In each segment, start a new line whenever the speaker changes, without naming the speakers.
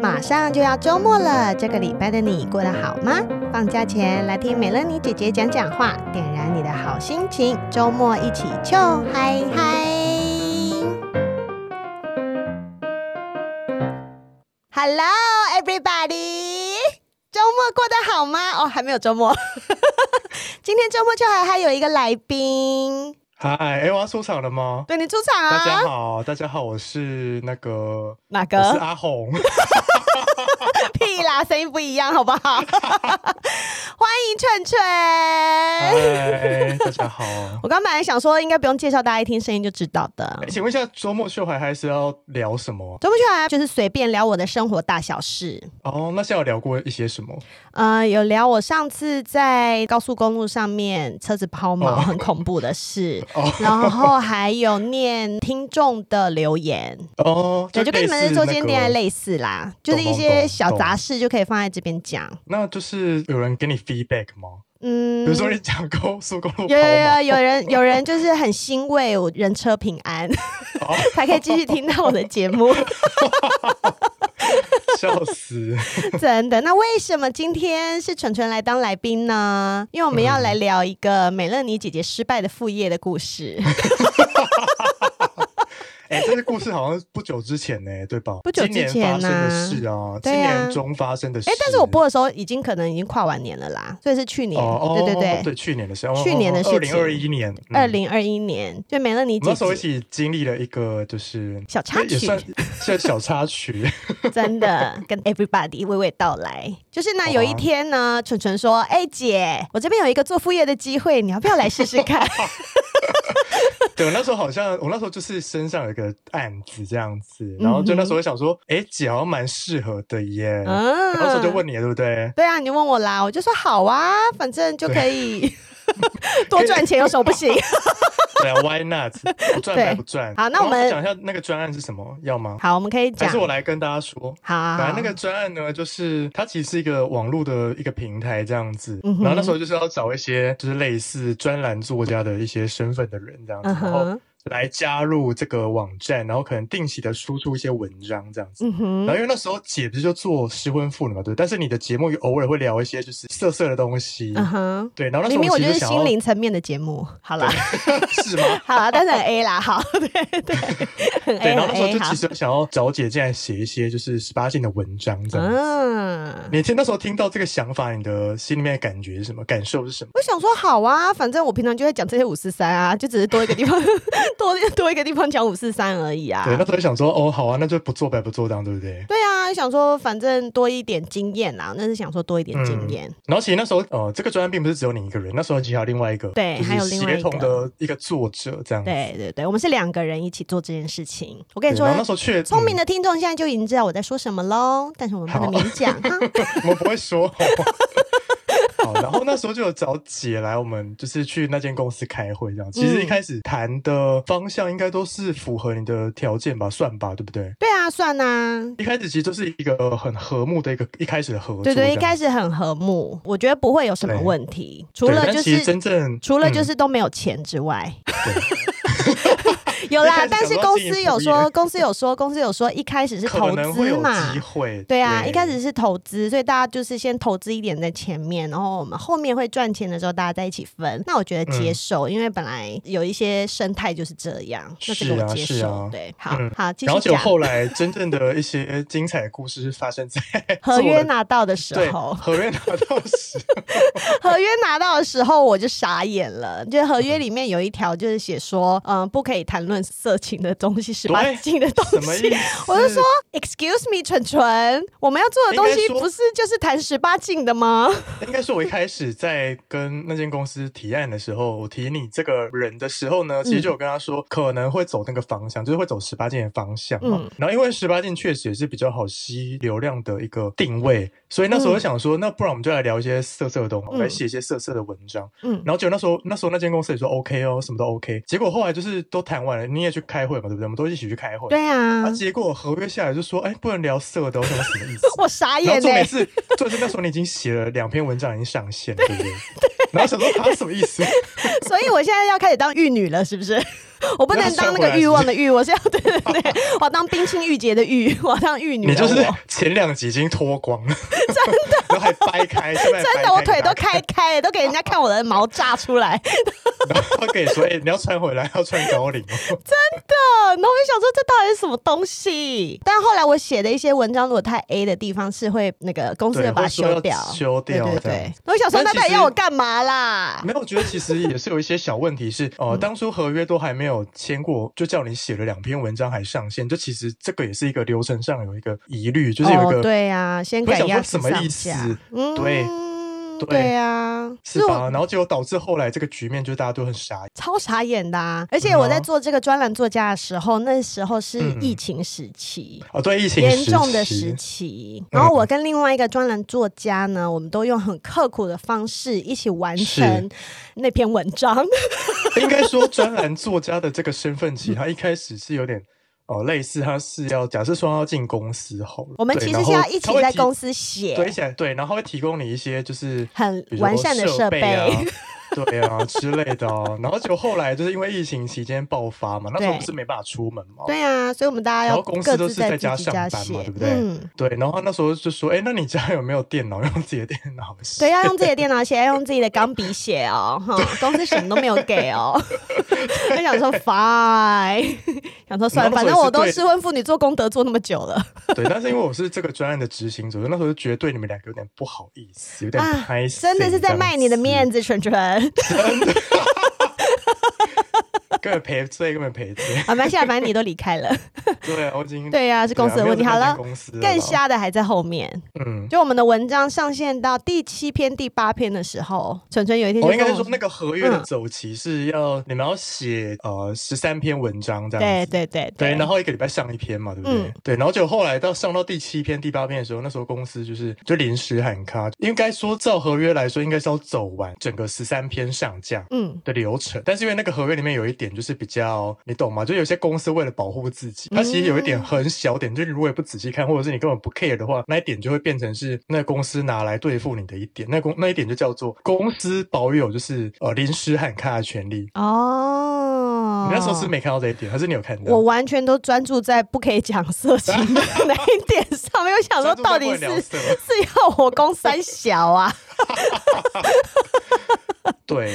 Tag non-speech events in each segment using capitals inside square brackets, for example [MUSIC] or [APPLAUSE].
马上就要周末了，这个礼拜的你过得好吗？放假前来听美乐妮姐姐讲讲话，点燃你的好心情，周末一起就嗨嗨！Hello everybody，周末过得好吗？哦，还没有周末， [LAUGHS] 今天周末就还还有一个来宾，
嗨，哎，我要出场了吗？
对你出场啊！
大家好，大家好，我是那个，
哪
我是
个？[LAUGHS]
阿红。
屁啦，声音不一样，好
[LAUGHS]
不好？欢迎蠢蠢。哎
嗨，大家好。
我刚本来想说，应该不用介绍，大家一听声音就知道的
哎。请问一下，周末秀还还是要聊什么？
周不出来就是随便聊我的生活大小事。
哦，那现在有聊过一些什么？
呃，有聊我上次在高速公路上面车子抛锚、
哦
很恐怖的事，
哦
然后还有念听众的留言，
哦，
对，就跟你们的周间恋爱
类似
类似啦，就是一
懂懂
些
懂
小
懂
杂事就可以放在这边讲。
那个，那就是有人给你 feedback 吗？
嗯，
比如说你讲高速公
有
路跑
有
马
有有人有人就是很欣慰，我人车平安， [LAUGHS]
哦
才可以继续听到我的节目。
[LAUGHS] [LAUGHS] 笑死！
真的，那为什么今天是纯纯来当来宾呢？因为我们
嗯
要来聊一个美乐妮姐姐失败的副业的故
[LAUGHS]
事。
哎，这个故事好像不久之前呢，对吧？
不久之
今年
前
发生的
啊
事啊，今
对啊
年中发生的事。
哎、但是我播的时候已经可能已经跨完年了啦，所以是去年，
哦哦
对对对，
对，去年的事，哦
去年的事
二
情
零二一年，嗯
二零二一年，就美乐妮
我们
姐
那时候一
姐
起经历了一个就是
小插
也
曲
算算小插
[LAUGHS]
曲，
真的跟 everybody 娓娓道来。就是呢，
好啊
有一天呢，纯纯说：“哎、姐，我这边有一个做副业的机会，你要不要来试试看？” [LAUGHS]
对，我那时候好像我那时候就是身上有一个案子这样子，
嗯
然后就那时候想说，哎、姐好像蛮适合的耶，然
嗯，
后那时候就问你了，对不对？
对啊，你就问我啦，我就说好啊，反正就可以
[LAUGHS]
多赚钱，有什么不行？[LAUGHS]
对啊，Why not？不赚
对
白不赚。
好那我们
然后讲一下那个专案是什么，要吗？
好，我们可以
还
讲。
是我来跟大家说。
好好，
反正那个专案呢，就是它其实是一个网络的一个平台这样子，
嗯哼
然后那时候就是要找一些就是类似专栏作家的一些身份的人这样子，
嗯
然后
哼，
来加入这个网站，然后可能定期的输出一些文章这样子。
嗯
然后
哼，
因为那时候姐不是就做失婚妇女嘛，对不对，但是你的节目也偶尔会聊一些就是色色的东西，
嗯哼。
对。然后那时
明明
候
我
其
就
实
是
想
心
要
灵层面的节目，好啦，
[LAUGHS] 是吗？
好啦，但是很 A 啦，好，对对，很
对，
A
然后
很
那时候
A，哎
就
好
其，实想要找姐进来写一些就是十八禁的文章这样子。
嗯，
你听那时候听到这个想法，你的心里面的感觉是什么？感受是什么？
我想说好啊，反正我平常就会讲这些五四三啊，就只是多一个地方 [LAUGHS] 多多一个地方讲五四三而已啊，
对，那时候想说，哦，好啊，那就不做白不做这样，对不对？
对啊，想说反正多一点经验啦，那是想说多一点经
嗯
验，
然后其实那时候，呃，这个专案并不是只有你一个人，那时候其实还有另外一个，
对
就是
还有另外一
协
个
同的一个作者这样子。
对对对，我们是两个人一起做这件事情。我跟你
对
说
然，后那时候嗯确
聪明的
的、
听众现在就已经知道我在说什么喽，但是我们不能
好
明
[LAUGHS]
讲 [LAUGHS] 哈。
[LAUGHS] 我们不会说。 [LAUGHS] 好，然后那时候就有找姐来，我们就是去那间公司开会这
嗯
样。其实一开始谈的方向应该都是符合你的条件吧，算吧，对不对？
对啊，算啊。
一开始其实就是一个很和睦的一个一开始的合作这
对对，
样，
一开始很和睦，我觉得不会有什么
对
问题，除
对
了
但
就
其实
是
真正
除了就
嗯
是都没有钱之外，
对
[LAUGHS] 有啦
[LAUGHS] 一开始想。
但是
说
公
经营
司
副
有
业
说，公司有说，公司有说一开始是投
可能会
资
有
嘛
机。会。
对啊，一开始是投资，所以大家就是先投资一点在前面，然后我们后面会赚钱的时候，大家在一起分。那我觉得接
嗯
受，因为本来有一些生态就是这样，那这
是
个我
啊
接
是
受。
啊
对，好、
嗯
好，继
然后
续
就
讲。
后来真正的一些精彩的故事是发生在 [LAUGHS]
合
做
约
了
拿到的时
对
候，
合约拿到
[LAUGHS]
时，
合约拿到的时候我就傻眼了。就合约里面有一条就是写说，嗯、不可以谈论色情的东西、十八
对
禁的东
什么
西
意。思？
我就说，Excuse me，蠢蠢，我们要做的东西
应该说
不是就是谈十八禁的
[LAUGHS]
吗？
应该说，我一开始在跟那间公司提案的时候，我提你这个人的时候呢，其实就有跟他说、可能会走那个方向，就是会走十八禁的方向嘛。
嗯
然后因为十八禁确实也是比较好吸流量的一个定位，所以那时候我想说，那不然我们就来聊一些色色的东西，
嗯
来写一些色色的文章。
嗯
然后结果那时候那时候那间公司也说 OK 哦，什么都 OK。结果后来就是都谈完了，你也去开会嘛，对不对？我们都一起去开会。
对啊
啊，，结果合约下来就说，哎，不能聊色的哦，我想说什么意思？
我傻
然后
眼欸
重
嘞、
点是，重点是那时候你已经写了两篇文章，已经上线了，对不对？然后想说他什么意思？
所以我现在要开始当玉女了，是不是？ [LAUGHS] 我不能当那个欲望的欲，我是要对对对，我要当冰清玉洁的玉，我要当玉女。
你就是前两集已经脱光了，真的，然后还掰开，真
真的，我腿都开开了，都给人家看我的毛炸出来。 [LAUGHS] 啊
然后跟你说，哎、你要穿回来，要穿高领哦。
然后我就想说，这到底是什么东西？但后来我写的一些文章，如果太 A 的地方是会那个公司
对
会把它
会说要
修掉，
修掉
对对
这
对。
样
我想说，
但
那
其
到底
实
要我干嘛啦？
没有，我觉得其实也是有一些小问题是，
嗯
呃，当初合约都还没有签过，就叫你写了两篇文章还上线，就其实这个也是一个流程上有一个疑虑，就是有一个、
哦、对呀、先
我
改
想
样
说
子
什么
上
意思
架？嗯，
对对
对啊呀、
是
就
吧？然后结果导致后来这个局面，就大家都很傻。
超傻眼的、啊。而且我在做这个专栏作家的时候，那时候是
嗯
疫情时期。
哦，对，疫情
严重的
时
时
期嗯
期，然后我跟另外一个专栏作家呢，我们都用很刻苦的方式一起完成那篇文章。 [LAUGHS]
应该说，专栏作家的这个身份，其实他一开始是有点哦，类似他是要假设说要进公司好了，
我们
对
其实
然
是
后
要一
他
起
会
在
提
公司写，
对一起来对，然后会提供你一些就是
很
比如
完
说
善的设
备
备
啊。 [LAUGHS] 对啊，之类的哦、然后就后来就是因为疫情期间爆发嘛，那时候不
对
是没办法出门嘛，
对啊，所以我们大家
然
要
后公司
各
都
自
是
在
在
自
家
己
上
家
班嘛
写
对，不对
嗯，
对，然后他那时候就说，哎，那你家有没有电脑？用 [LAUGHS] 自己的电脑写？
对，要用自己的电脑写，要用自己的钢笔写哦，
[LAUGHS]
哈，公司什么都没有给哦。我想说 fine，想说算了，
然后那时候
反正我
也是
都
对
失婚妇女做功德做那么久了，
对，但是因为我是这个专案的执行者，那时候就觉得对你们两个有点不好意思，有点
啊
拍死、
真的是在卖你的面子，
子，
纯纯。啊，
根本赔罪，根本赔罪。
没关系啊，反正你都离开
[LAUGHS]
了。
对啊，我已经
对呀、啊，是公司的问题。好了，
公司
更，瞎的还在后面。
嗯。
就我们的文章上线到第七篇、第八篇的时候，纯纯有一天就
我哦应
跟
该是
我
说，那个合约的
嗯
走期是要、你们要写呃十三篇文章这样
对
子，
对对
对，然后一个礼拜上一篇嘛，对不对？
嗯
对，然后就后来到上到第七篇、第八篇的时候，那时候公司就是就临时喊卡，应该说照合约来说，应该是要走完整个十三篇上架。
嗯，
的流程，但是因为那个合约里面有一点就是比较，你懂吗？就有些公司为了保护自
嗯
己，它其实有一点很小点，就是你如果也不仔细看，或者是你根本不 care 的话，那一点就会变成是那公司拿来对付你的一点，那公那一点就叫做公司保有就是呃临时喊卡的权利。
哦，
你那时候是没看到这一点，还是你有看
我
到？
完全都专注在不可以讲色情的那一点上面，我想说到底
专注在不能
是 [LAUGHS]
聊
是
色
要我攻三小
[LAUGHS]
啊？
对，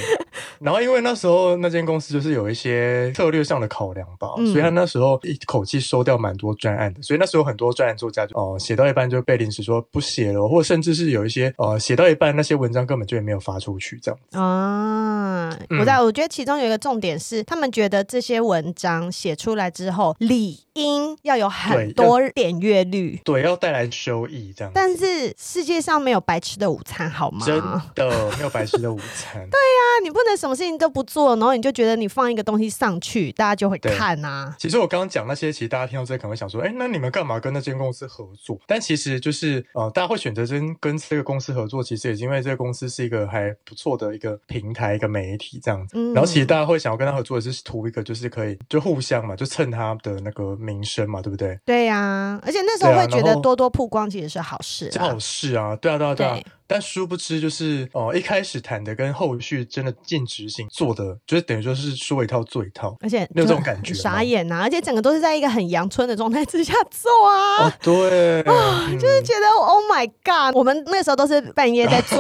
然后因为那时候那间公司就是有一些策略上的考量吧，
嗯
所以他那时候一口气收掉蛮多专案的，所以那时候很多专案作家就哦、呃写到一半就被临时说不写了，或甚至是有一些呃写到一半那些文章根本就也没有发出去这样。
啊，我知道，我觉得其中有一个重点是，他们觉得这些文章写出来之后，理应要有很
对
多点阅率。
对，要带来收益这样。
但是世界上没有白吃的午餐，好吗？
真
那
的没有白吃的午餐。对，
你不能什么事情都不做，然后你就觉得你放一个东西上去，大家就会
对
看啊。
其实我刚刚讲那些，其实大家听到这可能会想说，哎，那你们干嘛跟那间公司合作？但其实就是呃，大家会选择跟跟这个公司合作，其实也是因为这个公司是一个还不错的一个平台、一个媒体这样子。
嗯
然后其实大家会想要跟他合作，也是图一个就是可以就互相嘛，就蹭他的那个名声嘛，对不对？
对啊呀、而且那时候
对啊
会觉
然
得
后
多多曝光其实是好事
这
啊。
好事啊，对啊，对啊，对啊。
对
但殊不知，就是哦、呃一开始谈的跟后续真的进执行做的，就是等于说是说一套做一套。
而且
你有
就
这种感觉
很
吗
傻眼呐、而且整个都是在一个很阳春的状态之下做啊。
哦，对，嗯
就是觉得 Oh my God，我们那时候都是半夜在
[LAUGHS]
做，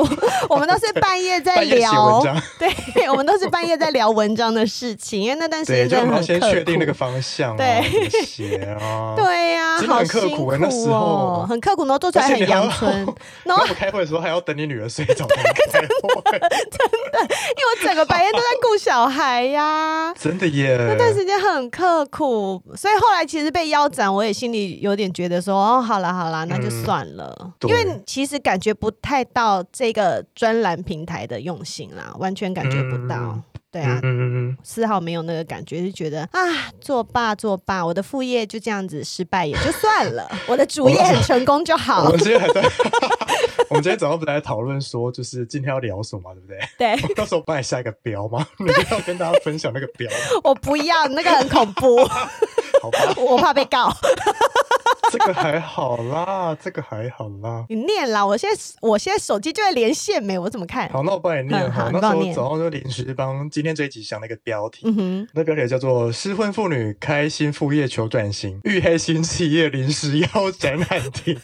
我们都是半夜在
半夜写
聊
文，章，
[LAUGHS] 对，我们都是半夜在聊文章的事情，因为那段时
对，
间
就我
真
们
的
要
很
先
刻
确定那个
苦。
方向、啊，
对。
怎么写
[LAUGHS]
啊
对呀、
真的
好
很刻
辛苦
苦欸那时
哦
候，
很刻苦，然后做出来
而且
很
你还要
阳春。然
然
后
后我开会的时候还要等你女儿睡着才能开会，
因为我整个白天都在顾小孩呀、
真的耶。
那段时间很刻苦，所以后来其实被腰斩，我也心里有点觉得说，哦，好了好了，那就算了，
嗯对
因为其实感觉不太到这个专栏平台的用心啦，完全感觉不到。
嗯
对啊
嗯，嗯嗯
丝毫没有那个感觉，就觉得啊，作罢作罢，我的副业就这样子失败也就算了，我的主业很成功就
嗯，
好
我。们今天还在，我们今天早上不是在讨论说，就是今天要聊什么，对不对？ [LAUGHS]
对
我到时候帮你下一个标吗？ [LAUGHS] 你就要跟大家分享那个标，
[LAUGHS] 我不要那个很恐怖，
好吧？
我怕被告。
这个还好啦，这个还好啦。
你念啦，我现在我现在手机就在连线没，我怎么看？
好，那我帮你念
嗯好
哈。
你
那
帮我
时候
念
早上就临时帮今天这一集想了一个标题，
嗯哼，
那标题叫做“失婚妇女开新副业求转型，遇黑心企业临时要 [LAUGHS] 展览厅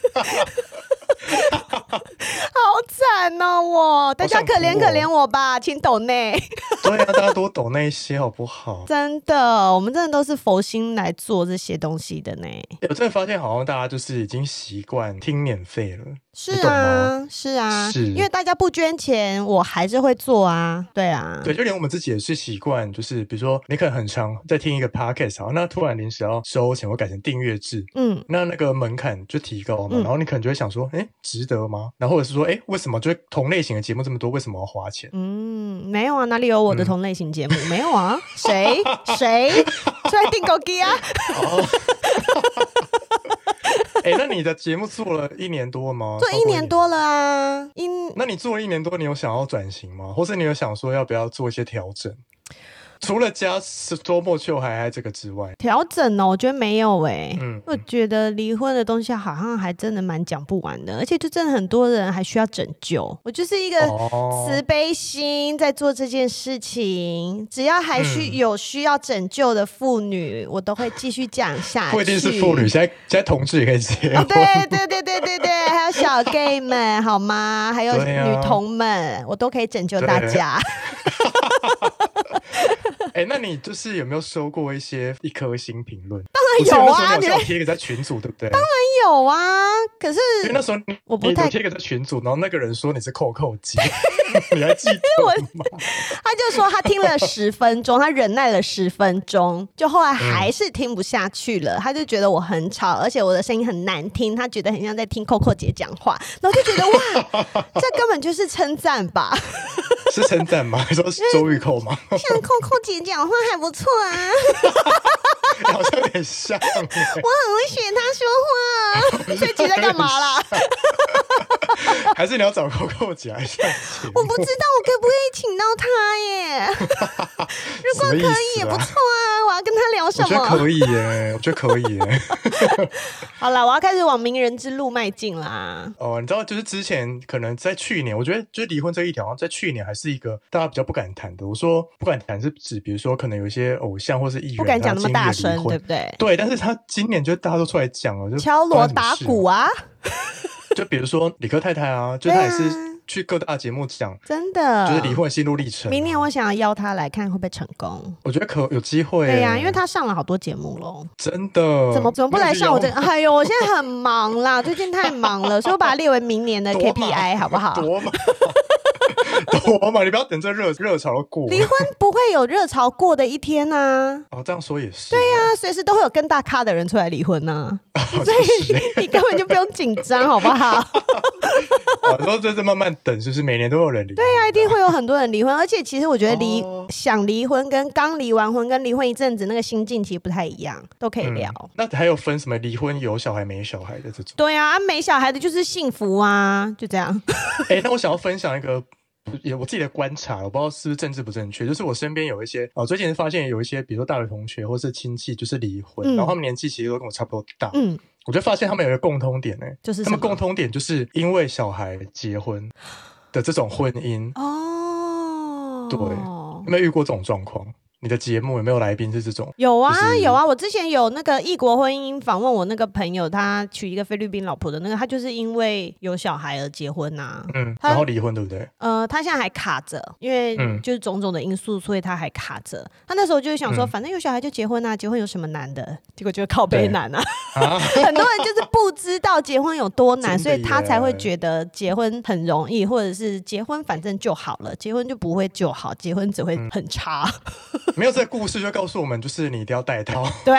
好惨哦，我大家
想
可怜
哭
可
哦
怜我吧，请抖内。”。 [LAUGHS]
对啊，大家多懂那一些好不好？
真的，我们真的都是佛心来做这些东西的呢。
欸我真的发现，好像大家就是已经习惯听免费了。
是啊，是啊，
是
因为大家不捐钱，我还是会做啊。对啊，
对，就连我们自己也是习惯，就是比如说你可能很常在听一个 podcast，好，那突然临时要收钱，我改成订阅制，
嗯，
那那个门槛就提高嘛，
嗯
然后你可能就会想说，哎，值得吗？然后或者是说，哎，为什么就是同类型的节目这么多，为什么要
[LAUGHS]
花钱？
嗯，没有啊，哪里有我的同类型
[LAUGHS]
节目？没有啊，谁谁出来订狗机啊？
哎，那你的节目做了一年多吗？
做
超
一
过
年。多了啊，一
那你做了一年多，你有想要转型吗？或是你有想说要不要做一些调整？除了加周末秀海海这个之外，
调整呢，我觉得没有哎、
嗯
我觉得离婚的东西好像还真的蛮讲不完的，而且就真的很多人还需要拯救。我就是一个
哦
慈悲心在做这件事情，只要还需、
嗯
有需要拯救的妇女，我都会继续讲下去。
不一定是妇女，现在现在同志也可以结
哦
婚。
对对对对对对，还有小 gay 们好吗？还有
对啊
女童们，我都可以拯救大家。
[LAUGHS]
[LAUGHS]
哎、那你就是有没有收过一些一颗星评论？
当然有啊
我记得那
你
时候你好
们
像贴一个在群组，对不对？当然，
有啊，可是
因为那时候你
我不太
你贴一个在群组，然后那个人说你是扣扣
[LAUGHS]
机，你还记得吗？
他就说他听了十分钟，他忍耐了十分
[LAUGHS]
钟，就后来还是听不下去了。他就觉得我很吵，而且我的声音很难听，他觉得很像在听 Coco 姐讲话，然后就觉得
[LAUGHS]
哇，这根本就是称赞吧。
是称赞吗？你说是周玉蔻
[LAUGHS]
吗？
像 Coco 姐讲话还不错啊，
[LAUGHS] 好像有点像、欸，
我很会学她说话、啊。所以姐在干嘛
[LAUGHS]
啦？
哎还是你要找扣扣姐来上节目？
我不知道我可不可以请到她耶？如果可
什么意思啊
以也不错啊，我要跟她聊什
我觉得
么？
可以耶、我觉得可以耶、
好了，我要开始往名人之路迈进啦。
哦，你知道，就是之前可能在去年，我觉得就是离婚这一条，好像在去年还是一个大家比较不敢谈的。我说不敢谈是指，比如说可能有一些偶像或是艺人，
不敢讲那
他
么大
经历了
声
离，
对
婚。
不对？
对，但是他今年就大家都出来讲了，就
敲锣打鼓
啊，
啊，
就比如说理科太太啊，就
对
他
啊
也是去各大节目讲，
真的。
就是离婚心路历程。
明年我想要邀他来看会不会成功？
我觉得可有机会耶，欸
对呀、因为他上了好多节目喽，
真的
怎么怎么不来上我这
个
个？哎呦，我现在很忙
[LAUGHS]
啦，最近太忙了，所以我把它列为明年的 KPI 好不好？
多嘛， [LAUGHS] 多嘛，你不要等这热热潮都过
离婚不会有热潮过的一天呐、
哦，这样说也是，对呀、
那随时都会有更大咖的人出来离婚
[LAUGHS]
呐、
啊，
所
就是
以 [LAUGHS] 你根本就不用紧张，好不
[LAUGHS]
好？
我哦说这是慢慢等，就是每年都有人离。对呀、
啊一定会有很多人离婚，而且其实我觉得离、
哦
想离婚跟刚离完婚跟离婚一阵子那个心境其实不太一样，都可以聊。
嗯那还有分什么离婚有小孩没小孩的
[LAUGHS]
这种？
对啊，啊没小孩的就是幸福啊，就这样。
哎、那我想要分享一个。也我自己的观察，我不知道是不是政治不正确，就是我身边有一些哦，最近发现有一些，比如说大学同学或是亲戚，就是离
嗯
婚，然后他们年纪其实都跟我差不多大，
嗯，
我就发现他们有一个共通点呢、
就是什
他
么
们共通点就是因为小孩结婚的这种婚姻，
哦，
对有没有遇过这种状况？你的节目有没有来宾是这种？
有啊、
就是
有啊，我之前有那个异国婚姻访问我那个朋友，他娶一个菲律宾老婆的那个，他就是因为有小孩而结婚啊呐、
嗯，
他
然后离婚对不对？
呃，他现在还卡着，因为
嗯
就是种种的因素，所以他还卡着。他那时候就是想说，
嗯
反正有小孩就结婚啊，结婚有什么难的？结果就是靠背
对
难啊，
啊，
[LAUGHS] 很多人就是不知道结婚有多难，
真的
所以他才会
耶
觉得结婚很容易，或者是结婚反正就好了，结婚就不会就好，结婚只会
嗯
很
[LAUGHS]
差。
没有这个故事就告诉我们，就是你一定要带套，
对，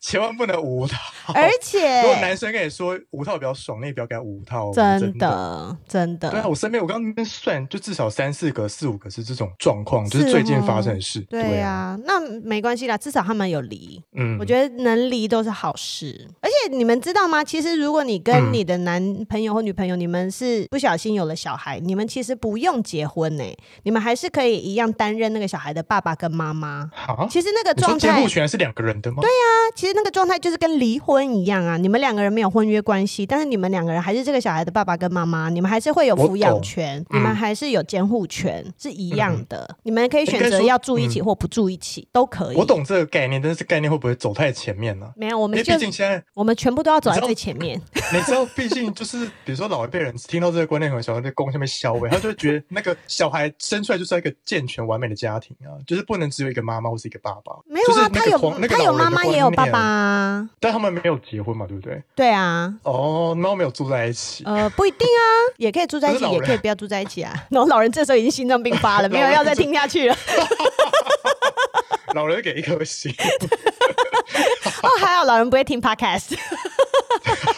千万不能无套。
而
[LAUGHS] 如果
且
男生跟你说无套比较爽，你也不要给他无套哦，
真
的。
的真
对啊，
的，
我身边我刚刚算，就至少三四个、四五个是这种状况，就是是最近
哦
发生的事。啊
啊对呀、那没关系啦，至少他们有离，
嗯，
我觉得能离都是好事。而且且你们知道吗？其实如果你
嗯
跟你的男朋友或女朋友，你们是不小心有了小孩，你们其实不用结婚呢、你们还是可以一样担任那个小孩的爸爸跟妈妈。
啊，
其实那个
你说
状
监
态啊
护，权是两个人的吗？对呀、
其实那个状态就是跟离婚一样啊。你们两个人没有婚约关系，但是你们两个人还是这个小孩的爸爸跟妈妈，你们还是会有
我
抚养
懂
权，
嗯
你们还是有监护权，是一样的。你们可以选
应该
择
说嗯
要住一起或不住一起，都可以。
我。懂这个概念，但是概念会不会走太前面了、
没有，我
因
们
为
就
毕竟现在，
我们全部都要走在
你知道
最前面。
你知道，毕竟就是比如说老一辈人听到这个观念，很小孩在公下面消委，他就会觉得那个小孩生出来就是要一个健全完美的家庭啊，就是不能只有一个妈妈或是一个爸爸。
没有
就是
啊，
那
他
个
有
狂那个
他有
老人
妈
的
妈
观
也有爸
念
爸啊，
但他们没有结婚嘛，对不对？
对啊。
哦，那我没有住在一起。
呃，不一定啊， [LAUGHS] 也可以住在一起，
可是老
也
人
可以不要住在一起啊。 [LAUGHS] 然后老人这时候已经心脏病
[LAUGHS]
发了，没有要再听下去了。 [LAUGHS]
老人给一颗 [LAUGHS] 星，
哦，还好老人不会听 podcast。 [LAUGHS]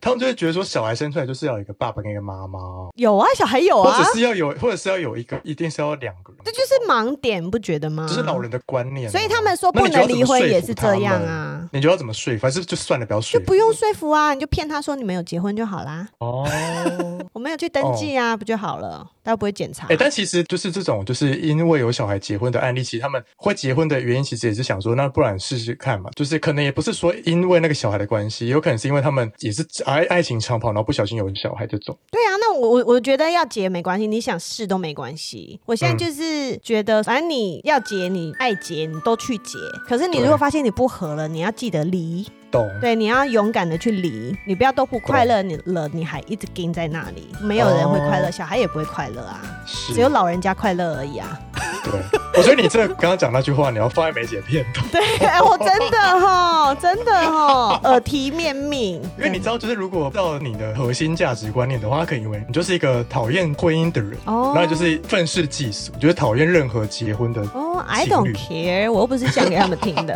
他们就会觉得说，小孩生出来就是要有一个爸爸跟一个妈妈，
有啊，小孩有
或
啊
者，是要有，或者是要有一个，一定是要两个人。
这就是盲点，不觉得吗？
这是老人的观念啊，
所以他们说
那你就要
不能离婚
怎么说
也
服
是
他
这样
们
啊。
你就要怎么说服？还是就算了，不要说
就
服。
不用说服啊，你就骗他说你们有结婚就好啦，
哦。
[LAUGHS] 我没有去登记啊，不就好了？大家不会检查
哎、。但其实就是这种，就是因为有小孩结婚的案例，其实他们会结婚的原因，其实也是想说，那不然试试看嘛。就是可能也不是说因为那个小孩的关系，有可能是因为他们也是爱爱情长跑，然后不小心有小孩这种。
对啊，那我我我觉得要结没关系，你想试都没关系。我现在
嗯
就是觉得，反正你要结，你爱结，你都去结。可是你
对
如果发现你不合了，你要记得离。
懂？
对，你要勇敢的去离，你不要都不快乐你了，你还一直跟在那里，没有人会快乐，
哦
小孩也不会快乐啊，
是
只有老人家快乐而已啊。 [LAUGHS]
对，我觉得你这刚刚讲那句话，你要放在梅姐片头，
对，哎我真的哈，真的哈，耳提面命。
因为你知道，就是如果到你的核心价值观念的话，他可能以为你就是一个讨厌婚姻的人，
哦
然后就是愤世嫉俗，就是讨厌任何结
[LAUGHS]
婚的，
哦、i
情
don't
侣
care，我又不是讲给他们听的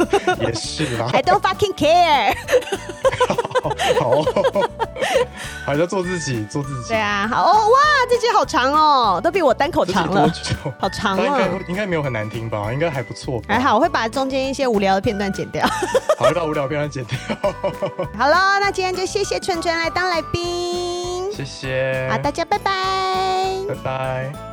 [LAUGHS]
也是啦。
，I don't fucking care。
好，还是做自己，做自己。
对，啊，好哦，哇，这集好长哦，都比我单口
自己
长
多
了，
久？
好长
[LAUGHS] 他应该
哦。
应该没有很难听吧？应该还不错吧。
还好，我会把中间一些无聊的片段剪
[LAUGHS]
掉。
好，好，把无聊片段剪掉。
好了，那今天就谢谢纯纯来当来宾，
谢谢。
好，大，家拜拜。
拜拜。